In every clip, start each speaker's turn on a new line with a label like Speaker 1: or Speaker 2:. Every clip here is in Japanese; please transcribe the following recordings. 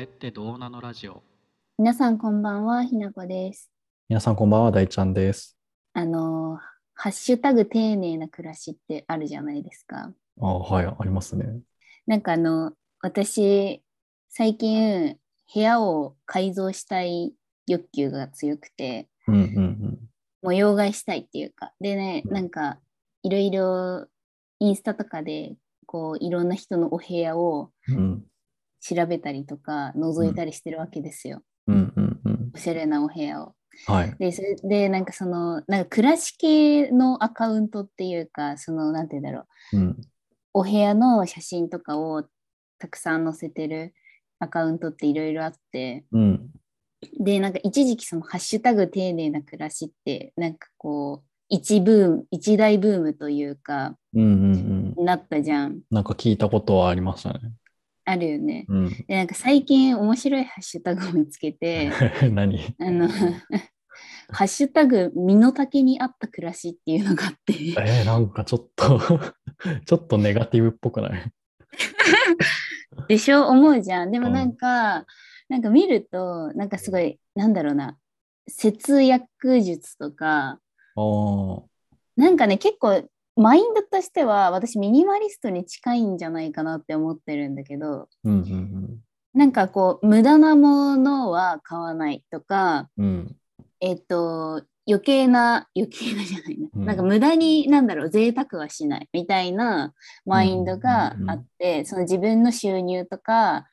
Speaker 1: ってどうなのラジオ。
Speaker 2: 皆さんこんばんは、ひなこです。
Speaker 3: 皆さんこんばんは、大ちゃんです。
Speaker 2: あのー、ハッシュタグ丁寧な暮らしってあるじゃないですか。
Speaker 3: あはい、ありますね。
Speaker 2: なんかあの、私、最近、部屋を改造したい欲求が強くて、
Speaker 3: うんうん
Speaker 2: 模様替えしたいっていうか。でね、
Speaker 3: うん
Speaker 2: なんか、いろいろインスタとかで、こう、いろんな人のお部屋を
Speaker 3: うん。うん
Speaker 2: 調べたりとか、覗いたりしてるわけですよ。
Speaker 3: うんうんうん。
Speaker 2: おしゃれなお部屋を。
Speaker 3: はい。
Speaker 2: で、それで、なんかその、なんか暮らし系のアカウントっていうか、その、なんて言うんだろう、
Speaker 3: うん
Speaker 2: お部屋の写真とかをたくさん載せてるアカウントっていろいろあって、
Speaker 3: うん
Speaker 2: で、なんか一時期その、ハッシュタグ丁寧な暮らしって、なんかこう、一ブーム、一大ブームというか、
Speaker 3: うんうんうん。
Speaker 2: なったじゃん。
Speaker 3: なんか聞いたことはありましたね。
Speaker 2: あるよね。
Speaker 3: うん。
Speaker 2: で、なんか最近面白いハッシュタグを見つけて、
Speaker 3: 何
Speaker 2: あの、 ハッシュタグ身の丈に合った暮らしっていうのがあって、
Speaker 3: えー、なんかちょっと、 ちょっとネガティブっぽくない
Speaker 2: でしょ思うじゃん。でも
Speaker 3: うん
Speaker 2: なんか、なんか見ると、なんかすごい、なんだろうな、節約術とか、
Speaker 3: ああ。
Speaker 2: なんかね、結構、マインドとしては、私、ミニマリストに近いんじゃないかなって思ってるんだけど、
Speaker 3: うんうん
Speaker 2: なんかこう、無駄なものは買わないとか、
Speaker 3: うん。うん。
Speaker 2: えっと、余計な、 余計なじゃないな、
Speaker 3: うん
Speaker 2: なんか無駄に、なんだろう、贅沢はしないみたいなマインドがあって、その自分の収入とか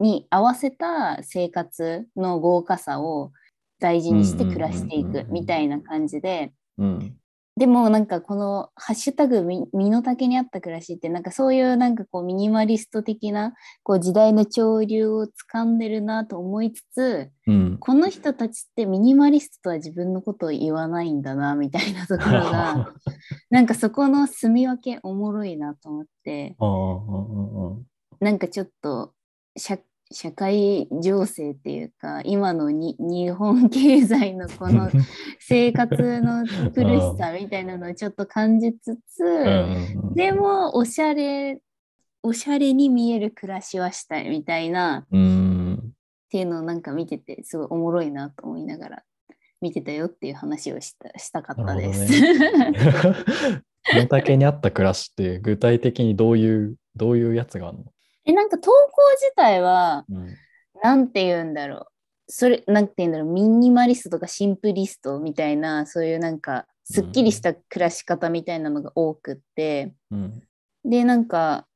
Speaker 2: に合わせた生活の豪華さを大事にして暮らしてい
Speaker 3: うんうんうん
Speaker 2: く
Speaker 3: うん
Speaker 2: みたいな感じで、
Speaker 3: うん。
Speaker 2: でもなんかこのハッシュタグみ身の丈に合った暮らしってなんかそういうなんかこうミニマリスト的なこう時代の潮流を掴んでるなと思いつつ、
Speaker 3: うん。
Speaker 2: この人たちってミニマリストは自分のことを言わないんだなみたいなところ がなんかそこの住み分けおもろいなと思って
Speaker 3: ああ、うんうん
Speaker 2: なんかちょっと社社会情勢っていうか今のに日本経済のこの生活の苦 しさみたいなのをちょっと感じつつ、
Speaker 3: うん。
Speaker 2: でもおしゃれおしゃれに見える暮らしはしたいみたいな
Speaker 3: うん。
Speaker 2: っていうのをなんか見ててすごいおもろいなと思いながら見てたよっていう話をしたしたかったです。
Speaker 3: 身の丈に合った暮らしって具体的にどういう、どういうやつがあるの
Speaker 2: えなんか投稿自体は
Speaker 3: うん
Speaker 2: なんて言うんだろうそれなんて言うんだろうミニマリストとかシンプリストみたいなそういうなんかすっきりした暮らし方みたいなのが多くって、
Speaker 3: うん。
Speaker 2: でなんか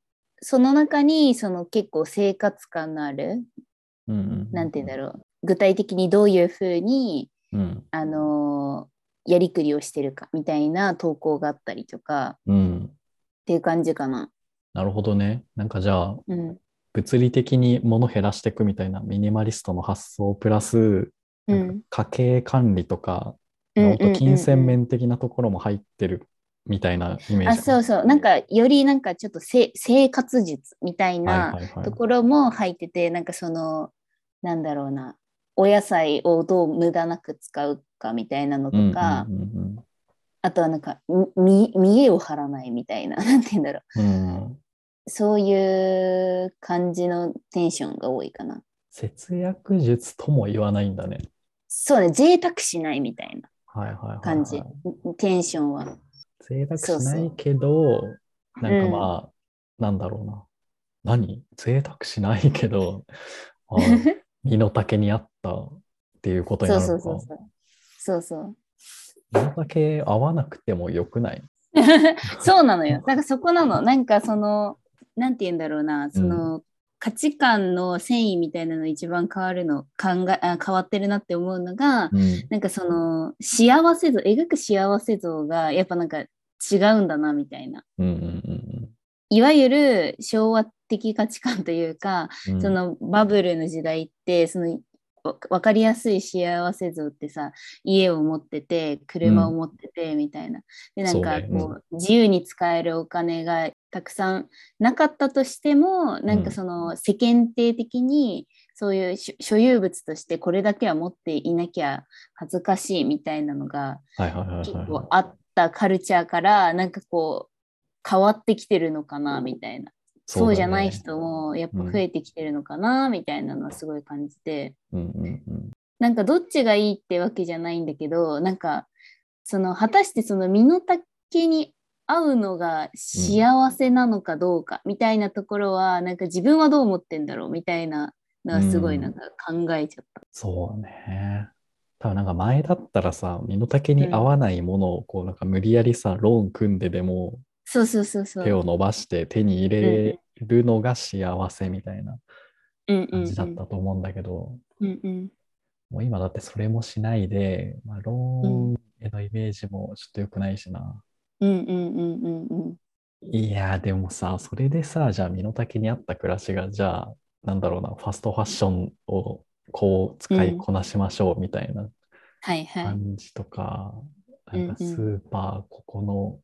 Speaker 2: その中にその結構生活感のある
Speaker 3: うんうん
Speaker 2: なんて言うんだろう具体的にどういうふうに
Speaker 3: うん。
Speaker 2: あのーやりくりをしてるかみたいな投稿があったりとか
Speaker 3: うん。
Speaker 2: っていう感じかな。
Speaker 3: なるほどね。なんかじゃあ、
Speaker 2: うん
Speaker 3: 物理的に物減らしていくみたいなミニマリストの発想プラス、
Speaker 2: う
Speaker 3: なん
Speaker 2: ん
Speaker 3: か家計管理とか、
Speaker 2: うん
Speaker 3: ほんと金銭
Speaker 2: うんうん
Speaker 3: 面的なところも入ってるみたいなイメージ。
Speaker 2: あそうそうなんかよりなんかちょっとせ生活術みたい
Speaker 3: はい
Speaker 2: な
Speaker 3: はいはい
Speaker 2: ところも入ってて、なんかそのなんだろうなお野菜をどう無駄なく使うかみたいなのとか、
Speaker 3: うんうん
Speaker 2: あとはなんかみ見見栄を張らないみたいな なんて言うんだろう
Speaker 3: うんうん
Speaker 2: そういう感じのテンションが多いかな。
Speaker 3: 節約術とも言わないんだね。
Speaker 2: そうね贅沢しないみたいな
Speaker 3: はいはいはい、はい。
Speaker 2: 感じ、テンションは。
Speaker 3: 贅沢
Speaker 2: そう
Speaker 3: し
Speaker 2: そう
Speaker 3: ないけど、なんかまあ、なんだろうな。何贅沢しないけ ど、あ身の丈に合ったっていうことに
Speaker 2: そ
Speaker 3: な
Speaker 2: う
Speaker 3: る
Speaker 2: そ
Speaker 3: の
Speaker 2: うそう
Speaker 3: か。
Speaker 2: そう。そうそう。
Speaker 3: 身の丈合わなくてもよくない。
Speaker 2: そうなのよ。なんかそこなの。なんかその、なんて言うんだろうな、その、価値観の繊維みたいなの一番変わるの、考えあ変わってるなって思うのが、
Speaker 3: うん、
Speaker 2: なんかその、幸せ像、描く幸せ像が、やっぱなんか違うんだな、みたいな。
Speaker 3: うん、うん、
Speaker 2: いわゆる昭和的価値観というか、
Speaker 3: うん。
Speaker 2: そ、のバブルの時代ってそのわわかりやすい幸せ像ってさ家を持ってて車を持っててみたいな、でなんか
Speaker 3: そうねうん
Speaker 2: こう自由に使えるお金がたくさんなかったとしてもなんかその世間体的にそういう所所有物としてこれだけは持っていなきゃ恥ずかしいみたいなのが
Speaker 3: はいはいはい、はい。
Speaker 2: 結構あったカルチャーからなんかこう変わってきてるのかなみたいなそう,、
Speaker 3: だね
Speaker 2: じゃない人もやっぱ増えてきてるのかな、みたいなのはすごい感じて
Speaker 3: うんうんうん
Speaker 2: なんかどっちがいいってわけじゃないんだけどなんかその果たしてその身の丈に合うのが幸せなのかどうかみたいなところは、なんか自分はどう思ってんだろうみたいなのはすごいなんか考えちゃった。
Speaker 3: そうね。多分なんか前だったらさ、身の丈に合わないものをこうなんか無理やりさ、ローン組んででも
Speaker 2: そうそうそうそう。
Speaker 3: 手を伸ばして手に入れるのが幸せみたいな
Speaker 2: うんうん
Speaker 3: 感
Speaker 2: う
Speaker 3: じだっ
Speaker 2: ん
Speaker 3: たと思うんだけど、
Speaker 2: うんうん
Speaker 3: もう今だってそれもしないで、まあ、ローンへのイメージもちょっと良くないしな。
Speaker 2: うんうんうんうんうん
Speaker 3: いやーでもさ、それでさ、じゃあ身の丈に合った暮らしが、じゃあ、なんだろうな、ファストファッションをこう使いこなしましょうみたいな
Speaker 2: はいはい。
Speaker 3: 感じとか、
Speaker 2: うんうん
Speaker 3: なんかスーパーここの、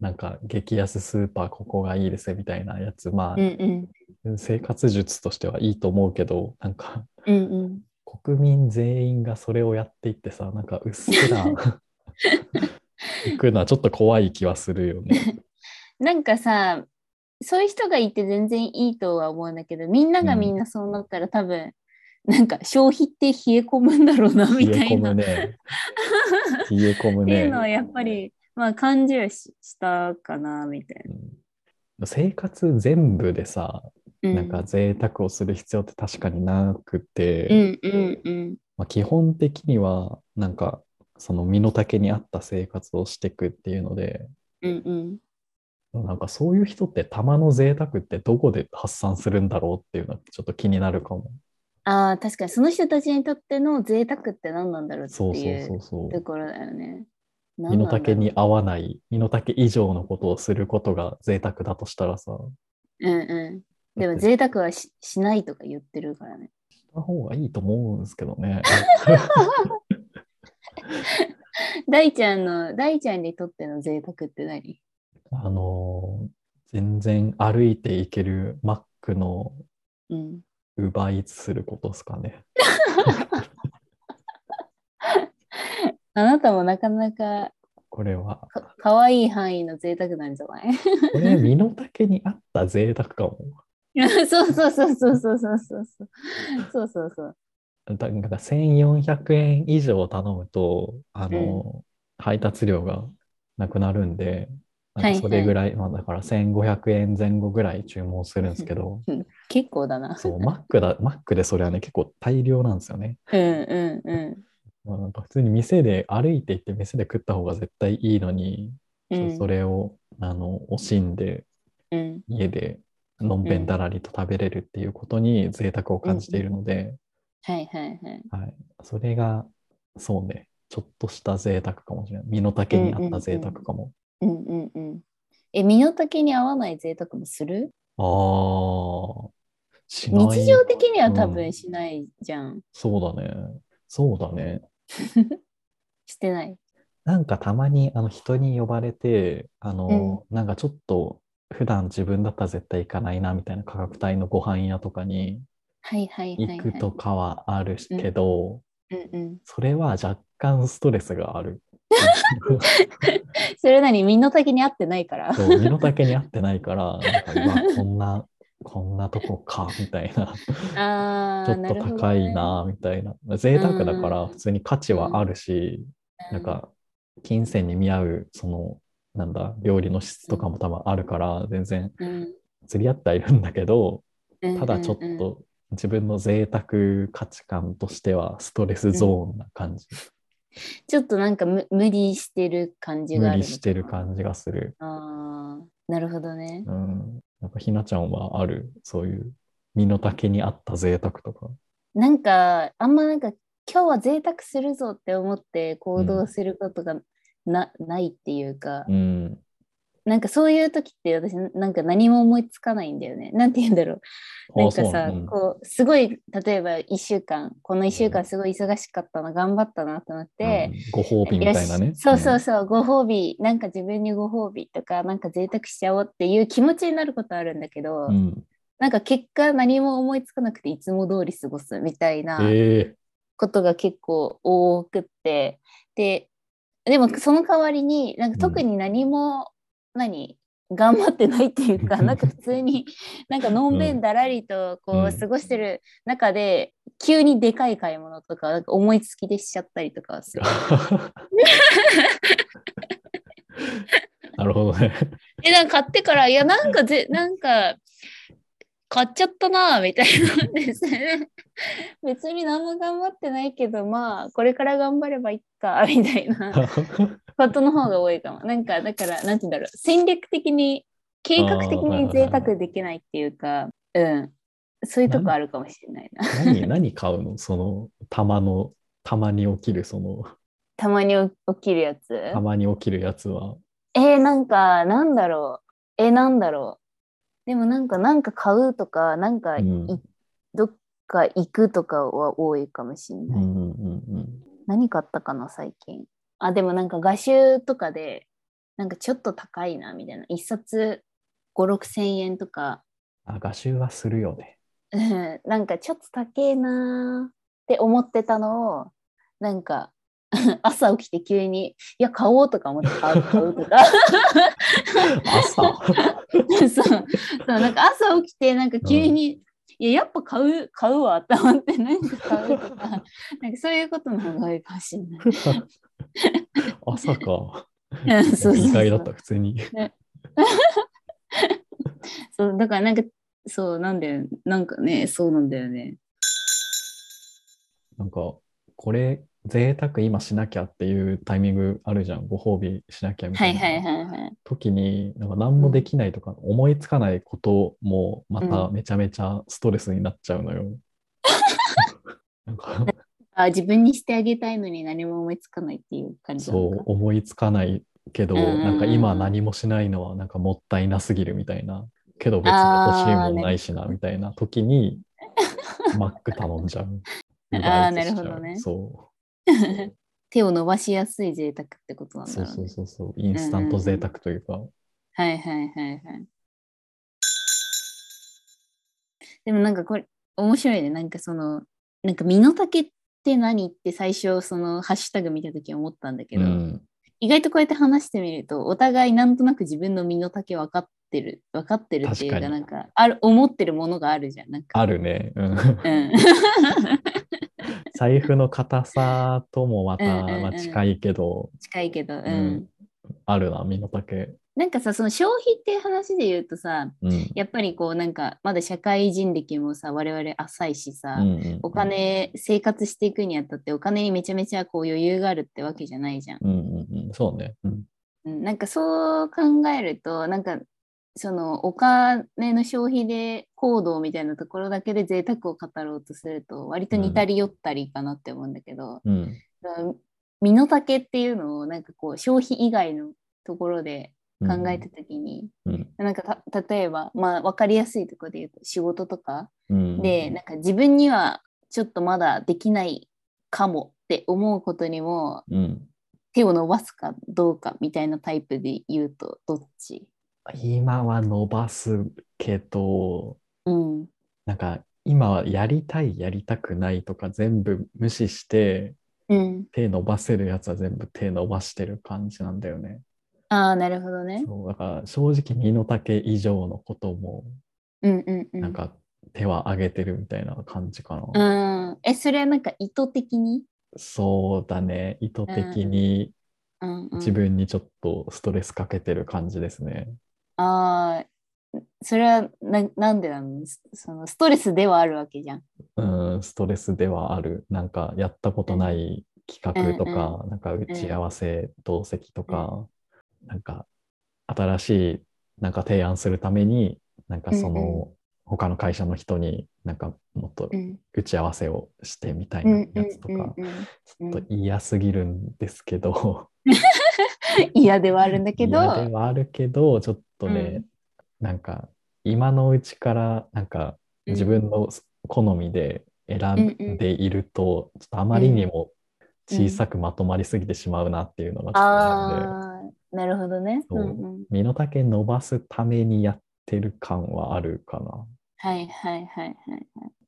Speaker 3: なんか激安スーパーここがいいですみたいなやつ、ま
Speaker 2: うんうん
Speaker 3: あ、生活術としてはいいと思うけど、なんか
Speaker 2: うんうん
Speaker 3: 国民全員がそれをやっていってさ、なんかうっす ら行くのはちょっと怖い気はするよね。
Speaker 2: なんかさそういう人がいて全然いいとは思うんだけどみんながみんなそうなったら多分、なんか消費って冷え込むんだろう な
Speaker 3: 冷
Speaker 2: みた
Speaker 3: え込
Speaker 2: い な、
Speaker 3: むね。冷え込む
Speaker 2: ってい
Speaker 3: ね
Speaker 2: う。のはやっぱり、まあ感じはししたかなみたい
Speaker 3: うん生活全部でさ、
Speaker 2: な。
Speaker 3: なんか贅沢をする必要って確かになくて、
Speaker 2: うんうんうん
Speaker 3: まあ、基本的にはなんかその身の丈に合った生活をしていくっていうので
Speaker 2: うんうん
Speaker 3: なんかそういう人ってたまの贅沢ってどこで発散するんだろうっていうのはちょっと気になるかも
Speaker 2: ああ確かにその人たちにとっての贅沢って何なんだろうって
Speaker 3: そうそう
Speaker 2: い
Speaker 3: そううそ
Speaker 2: と
Speaker 3: う
Speaker 2: ころだよね。
Speaker 3: 身
Speaker 2: 何な
Speaker 3: の
Speaker 2: んだろう
Speaker 3: 丈に合わない身の丈以上のことをすることが贅沢だとしたらさ
Speaker 2: うんうん。でも贅沢はししないとか言ってるからね。
Speaker 3: した方がいいと思うんですけど ね
Speaker 2: 大ちゃんの大ちゃんにとっての贅沢って何
Speaker 3: あの全然歩いていけるマックの
Speaker 2: うん。
Speaker 3: 奪いすることですかね
Speaker 2: あなたもなかなか
Speaker 3: これは
Speaker 2: かかわいい範囲の贅沢なんじゃない
Speaker 3: こ れ身の丈に合った贅沢かも。
Speaker 2: そうそうそうそうそうそうそうそうそうそうそう。
Speaker 3: だなんか1400円以上頼むと、あの、配達料がなくなるんで、な
Speaker 2: はい
Speaker 3: ん
Speaker 2: は
Speaker 3: か
Speaker 2: い
Speaker 3: それぐらい、まあだから1500円前後ぐらい注文するんですけど、
Speaker 2: 結構だな。
Speaker 3: そう、マックだ、マックでそれはね、結構大量なんですよね。
Speaker 2: うんうんう
Speaker 3: まあ、なんか普通に店で歩いて行って店で食った方が絶対いいのに、
Speaker 2: ん。う
Speaker 3: そうんそれを、あの、惜しんで
Speaker 2: うん
Speaker 3: 家でのんべんだらりと食べれるっていうことに贅沢を感じているので、
Speaker 2: はいはいはい。
Speaker 3: はい、それがそうねちょっとした贅沢かもしれない身の丈に合った贅沢かも、
Speaker 2: うんうんうん。え、身の丈に合わない贅沢もする
Speaker 3: ああしない
Speaker 2: 日常的には多
Speaker 3: うん
Speaker 2: 分しないじゃん。
Speaker 3: そうだねそうだね
Speaker 2: してない。
Speaker 3: なんかたまにあの人に呼ばれてあの、なんかちょっと普段自分だったら絶対行かないなみたいな価格帯のご飯屋とかに
Speaker 2: はいはいはい、はい。
Speaker 3: 行くとかはあるけど、
Speaker 2: うんうん。
Speaker 3: それは若干ストレスがあ る
Speaker 2: それなに身の丈に合ってないから。
Speaker 3: そう身の丈に合ってないからなんかうわこんなこんなとこかみたいな
Speaker 2: あ
Speaker 3: ちょ
Speaker 2: あ、
Speaker 3: っ
Speaker 2: な
Speaker 3: と
Speaker 2: るほど、ね。
Speaker 3: 高いなみたいな、贅沢だから普通に価値はあるし、
Speaker 2: うん
Speaker 3: なんか金銭に見合うそのなんだ料理の質とかも多分あるから全然
Speaker 2: うん、
Speaker 3: 釣り合ってはいるんだけどただちょっ
Speaker 2: うんうんうん
Speaker 3: と自分の贅沢価値観としてはストレスゾーンな感じ、
Speaker 2: ちょっとなんかむ無理してる感じが
Speaker 3: 無
Speaker 2: ある
Speaker 3: 理してる感じがする、
Speaker 2: じあーなるほどね
Speaker 3: うん、やっぱひなちゃんはあるそういう身の丈に合った贅沢とか
Speaker 2: なんかあんまなんか今日は贅沢するぞって思って行動することがな,、ないっていうか、
Speaker 3: うん
Speaker 2: なんかそういう時って私なんか何も思いつかないんだよねなんて言うんだろうなんか
Speaker 3: あ
Speaker 2: さ、
Speaker 3: そううん
Speaker 2: こうすごい例えば1週間この1週間すごい忙しかったな、頑張ったなと思って、
Speaker 3: うんご褒美みたいな
Speaker 2: よ
Speaker 3: ね
Speaker 2: しそうそうそう、ご褒美、なんか自分にご褒美とか、なんか贅沢しちゃおうっていう気持ちになることあるんだけど、
Speaker 3: うん
Speaker 2: なんか結果何も思いつかなくていつも通り過ごすみたいな
Speaker 3: ええ
Speaker 2: ことが結構多くって、で、でもその代わりに、なんか特に何も、何、頑張ってないっ ていうかなんか普通になんかのんべんだらりとこ
Speaker 3: うん
Speaker 2: う過ごしてる中で、急にでかい買い物とかなんか思いつきでしちゃったりとかはする
Speaker 3: なるほどね。
Speaker 2: えなんか買ってからいやなんかぜなんか買っちゃったなみたいなん ですね別に何も頑張ってないけどまあこれから頑張ればいいかみたい な。ことの方が多いかも。なんか、だから、なんて言うんだろう、戦略的に、計画的に贅沢できないっていうか、うん。そういうとこあるかもしれない な。
Speaker 3: 何、何買うのその、たまの、たまに起きる、その、
Speaker 2: たまに起きるやつ。
Speaker 3: たまに起きるやつは。
Speaker 2: えー、なんか、なんだろう。えー、なんだろう。でもなんか、なんか買うとか、なんか、
Speaker 3: うん
Speaker 2: いどっか行くとかは多いかもしれ
Speaker 3: う
Speaker 2: ない。
Speaker 3: んうんうん
Speaker 2: 何買ったかな、最近。あ、でもなんか、画集とかで、なんかちょっと高いな、みたいな。一冊5、6千円とか。
Speaker 3: うん。あ、画集はするよね。
Speaker 2: うんなんかちょっと高えなーって思ってたのをなんか 朝起きて急にいや買おうとか思って買う買うとか
Speaker 3: 朝。
Speaker 2: そうそうなんか朝起きてなんか急に、いややっぱ買う買うわって思ってなんか買うとかなんかそういうことの方が多いかもしれない
Speaker 3: 朝か。
Speaker 2: うん。そうそう
Speaker 3: 意
Speaker 2: そう
Speaker 3: 外だった、普通に。
Speaker 2: そうだからなんかそうなんだよなんかねそうなんだよね。
Speaker 3: なんか、これ、贅沢今しなきゃっていうタイミングあるじゃん。ご褒美しなきゃみ
Speaker 2: は
Speaker 3: たい
Speaker 2: い
Speaker 3: な。
Speaker 2: はいはいはい。
Speaker 3: 時に、なんか何もできないとか、思いつかないことも、まためちゃめちゃストレスになっちゃうのよ。 なんか、
Speaker 2: あ自分にしてあげたいのに何も思いつかないっていう感じなの
Speaker 3: そ
Speaker 2: か
Speaker 3: う、思いつかないけど、
Speaker 2: うんうんうん
Speaker 3: なんか今何もしないのは、なんかもったいなすぎるみたいな。けど別に欲しいもんないしな、みたいな時に、マック頼んじゃう。
Speaker 2: あ
Speaker 3: Uber
Speaker 2: ー
Speaker 3: Eats
Speaker 2: なる
Speaker 3: し
Speaker 2: ほ
Speaker 3: ちゃ
Speaker 2: ど
Speaker 3: う
Speaker 2: ね
Speaker 3: そう。
Speaker 2: 手を伸ばしやすい贅沢ってことなんだ
Speaker 3: そ
Speaker 2: ろ
Speaker 3: う
Speaker 2: うね
Speaker 3: そうそうそう、インスタント贅沢というか、
Speaker 2: はいはいはいはい。でもなんかこれ面白いね。なんかその、なんか身の丈って何って最初そのハッシュタグ見た時思ったんだけど、
Speaker 3: うん
Speaker 2: 意外とこうやって話してみると、お互いなんとなく自分の身の丈分かってる、分かってるっていうか、
Speaker 3: 確かに
Speaker 2: なんかある思ってるものがあるじゃん。なんか。
Speaker 3: あるね、うん、
Speaker 2: うん。
Speaker 3: 財布の硬さともまた、
Speaker 2: うんうんうん
Speaker 3: まあ、近いけど
Speaker 2: 近いけど、うん。
Speaker 3: うんあるな身の丈、
Speaker 2: なんかさ、その消費っていう話で言うとさ、
Speaker 3: うん
Speaker 2: やっぱりこうなんかまだ社会人歴もさ我々浅いしさ、
Speaker 3: うんうん、
Speaker 2: お金生活していくにあたってお金にめちゃめちゃこう余裕があるってわけじゃないじゃん。
Speaker 3: うんうんうんそうね、うん
Speaker 2: うんなんかそう考えるとなんかそのお金の消費で行動みたいなところだけで贅沢を語ろうとすると割と似たり寄ったりかなって思うんだけど、
Speaker 3: うん
Speaker 2: だから身の丈っていうのをなんかこう消費以外のところで
Speaker 3: うん、
Speaker 2: 考えた時に、
Speaker 3: うん
Speaker 2: なんかた例えばまあ分かりやすいところで言うと仕事とか、
Speaker 3: うん
Speaker 2: でなんか自分にはちょっとまだできないかもって思うことにも
Speaker 3: うん、
Speaker 2: 手を伸ばすかどうかみたいなタイプで言うとどっち
Speaker 3: 今は伸ばすけど
Speaker 2: うん
Speaker 3: なんか今はやりたいやりたくないとか全部無視して
Speaker 2: うん
Speaker 3: 手伸ばせるやつは全部手伸ばしてる感じなんだよね。
Speaker 2: ああなるほどね
Speaker 3: そうだから正直身の丈以上のことも
Speaker 2: うんうんうん
Speaker 3: なんか手は挙げてるみたいな感じかな、
Speaker 2: うんえそれはなんか意図的に、
Speaker 3: そうだね意図的に
Speaker 2: うんうん、
Speaker 3: 自分にちょっとストレスかけてる感じですね、
Speaker 2: ああそれはななんでなのそそのストレスではあるわけじゃん
Speaker 3: うん、ストレスではあるなんかやったことない企画とか、なんか打ち合わせ、同席とか、なんか新しいなんか提案するためになんかその、
Speaker 2: うん
Speaker 3: 他の会社の人になんかもっと
Speaker 2: うん
Speaker 3: 打ち合わせをしてみたい
Speaker 2: うん
Speaker 3: なや
Speaker 2: うん
Speaker 3: つとか、
Speaker 2: うんうん
Speaker 3: ちょっと嫌すぎるんですけど、
Speaker 2: 嫌ではあるんだけど
Speaker 3: 嫌ではあるけど、ちょっとね、なんか今のうちからなんか自分の好みで選んでいると、ちょっとあまりにも小さくまとまりすぎてしまうなっていうのがちょっとあるんで、
Speaker 2: ああなるほどね
Speaker 3: そうん
Speaker 2: うん
Speaker 3: 身の丈伸ばすためにやってる感はあるか
Speaker 2: はいはいはいはいはい。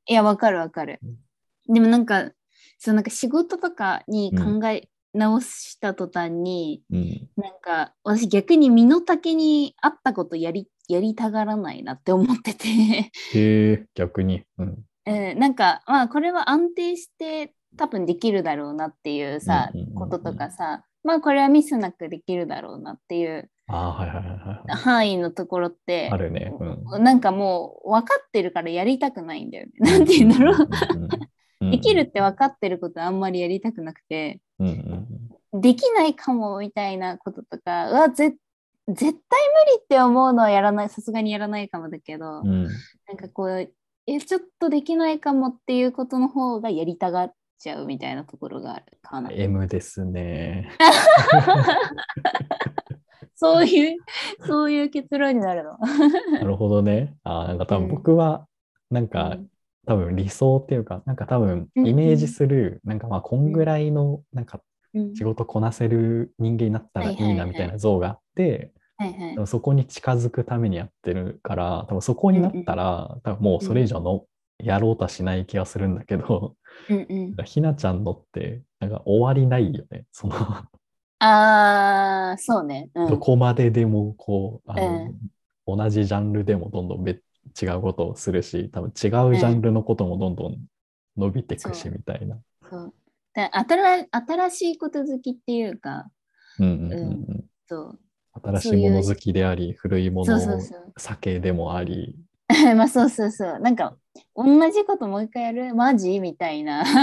Speaker 2: いや、わかるわかる
Speaker 3: うん。
Speaker 2: でもなんか、そうなんか仕事とかに考え直した途端に
Speaker 3: うん、
Speaker 2: なんか私逆に身の丈に合ったことやりやりたがらないなって思ってて、
Speaker 3: へえ、逆に。うん。
Speaker 2: うん、なんかまあこれは安定して多分できるだろうなっていうさ、
Speaker 3: うんうんうんうん
Speaker 2: こととかさまあこれはミスなくできるだろうなっていう
Speaker 3: ああ、はいはいはいはいはい。
Speaker 2: 範囲のところって
Speaker 3: あるね。うん。
Speaker 2: なんかもう分かってるからやりたくないんだよね。なんて言うんだろう。
Speaker 3: うん。
Speaker 2: できるって分かってることあんまりやりたくなくて、
Speaker 3: うんうん
Speaker 2: できないかもみたいなこととか、うわ、ぜ絶対無理って思うのはやらない、さすがにやらないかもだけど、
Speaker 3: うん。うん。
Speaker 2: なんかこう、え、ちょっとできないかもっていうことの方がやりたがっちゃうみたいなところがあるかな。
Speaker 3: M ですね。
Speaker 2: そういう、そういう結論に なるの。
Speaker 3: なるほどね。ああ、なんか多分僕は、なんか多分理想っていうか、なんか多分イメージする、なんかまあこんぐらいの、なんか
Speaker 2: うん、
Speaker 3: 仕事こなせる人間になったらいいなみたいな像があって、
Speaker 2: はいはい
Speaker 3: 多。分そこに近づくためにやってるから、多分そこになったら、多分もうそれ以上のやろうとはしない気がするんだけど、
Speaker 2: うんうん
Speaker 3: なんかひなちゃんのって、なんか終わりないよね。その
Speaker 2: あー、そうね。うん
Speaker 3: どこまででもこうあの
Speaker 2: え、
Speaker 3: 同じジャンルでもどんどん別違うことをするし多分違うジャンルのこともどんどん伸びていくし
Speaker 2: そう
Speaker 3: みたいな。
Speaker 2: そうだ新新しいこと好きっていうか
Speaker 3: うんうんうんうん
Speaker 2: そう
Speaker 3: 新しいもの好きであり古いも
Speaker 2: そ
Speaker 3: の
Speaker 2: うそうそう
Speaker 3: 酒でもあ り
Speaker 2: まあそうそうそうなんか同じこともう一回やるマジみたいな
Speaker 3: そん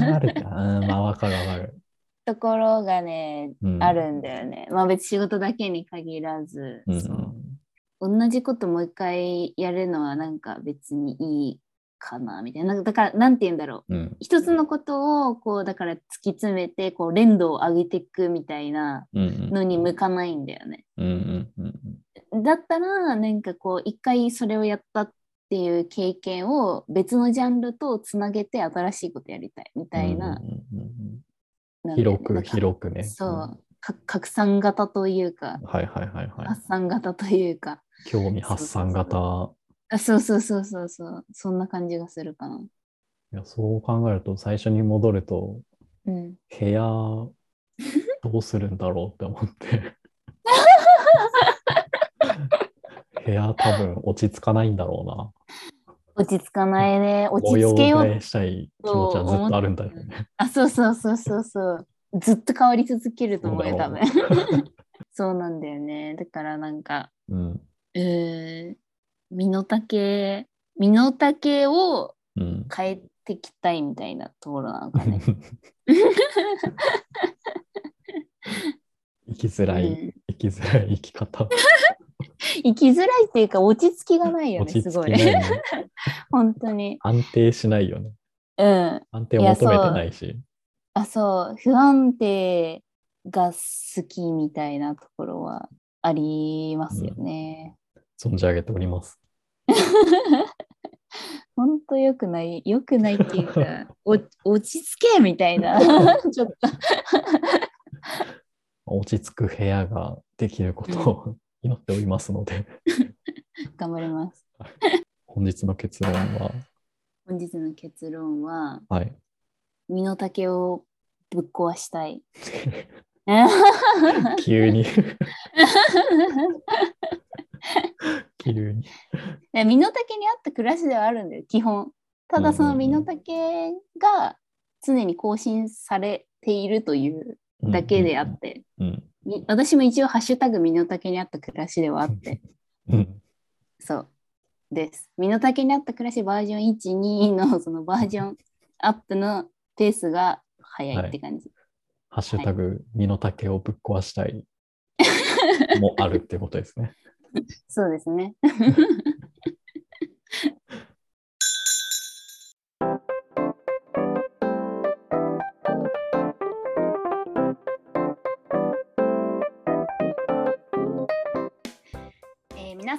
Speaker 3: なのあるかうんまあわかるわかる。
Speaker 2: ところがね、
Speaker 3: うん
Speaker 2: あるんだよねまあ別に仕事だけに限らず、
Speaker 3: うんうん
Speaker 2: そう同じこともう一回やるのはなんか別にいいかなみたいななんかだからなんて言うんだろう
Speaker 3: うん
Speaker 2: 一つのことをこうだから突き詰めてこう連動を上げていくみたいな
Speaker 3: うんうん
Speaker 2: のに向かないんだよね。
Speaker 3: うんうんうん
Speaker 2: だったらなんかこう一回それをやったっていう経験を別のジャンルとつなげて新しいことやりたいみたいな,、
Speaker 3: うんうんうん
Speaker 2: なんだよ
Speaker 3: 広
Speaker 2: ね
Speaker 3: く
Speaker 2: なんか
Speaker 3: 広くね。
Speaker 2: そ
Speaker 3: ん
Speaker 2: うか拡散型というか
Speaker 3: はいはいはいはい
Speaker 2: 発。散型というか
Speaker 3: 興味発散型。
Speaker 2: あそうそうそうそうそうそんな感じがするかな。
Speaker 3: いやそう考えると最初に戻ると
Speaker 2: うん、
Speaker 3: 部 屋どうするんだろうって思 って部屋多分落ち着かないんだろ
Speaker 2: 落ち着かないね
Speaker 3: うな
Speaker 2: 落
Speaker 3: 模
Speaker 2: ち
Speaker 3: 様
Speaker 2: 着けよ
Speaker 3: 替
Speaker 2: う
Speaker 3: えしたい気持ちはずっとあるんだよね
Speaker 2: あそうそうそうそうそうずっと変わり続けると思うよ
Speaker 3: そ
Speaker 2: 多
Speaker 3: うだ
Speaker 2: 分
Speaker 3: ろ
Speaker 2: そうなんだよねだからなんか
Speaker 3: うん
Speaker 2: えー身の丈身の丈を
Speaker 3: うん
Speaker 2: 変えてきたいみたいなところなのかね。
Speaker 3: 生きづら
Speaker 2: う
Speaker 3: い
Speaker 2: ん
Speaker 3: 生きづらい生き方
Speaker 2: 生きづらいっていうか落ち着きがないよ
Speaker 3: 落
Speaker 2: ね
Speaker 3: ち
Speaker 2: す
Speaker 3: 着き
Speaker 2: ご
Speaker 3: ない
Speaker 2: い。
Speaker 3: ね
Speaker 2: 本当に。
Speaker 3: 安定しないよね
Speaker 2: うん。
Speaker 3: 安定を求めてないし
Speaker 2: あそう不安定が好きみたいなところはありますよね。
Speaker 3: 存じ上げております
Speaker 2: 本当よくないよくないっていう かお落ち着けみたいな ちょっと
Speaker 3: 落ち着く部屋ができることを祈っておりますので
Speaker 2: 頑張ります。
Speaker 3: 本日の結論は
Speaker 2: 本日の結論は
Speaker 3: はい
Speaker 2: 身の丈をぶっ壊した い。
Speaker 3: 急に急に
Speaker 2: いや身の丈に合った暮らしではあるんだよ基本ただその身の丈が常に更新されているというだけであって、
Speaker 3: うん
Speaker 2: み私も一応「ハッシュタグ身の丈に合った暮らし」ではあ って
Speaker 3: うん
Speaker 2: そうです身の丈に合った暮らしバージョン12のそのバージョンアップのペースが早いって感じ、
Speaker 3: ハッシュタグ身の丈をぶっ壊したいもあるってことですね
Speaker 2: そうですね えー皆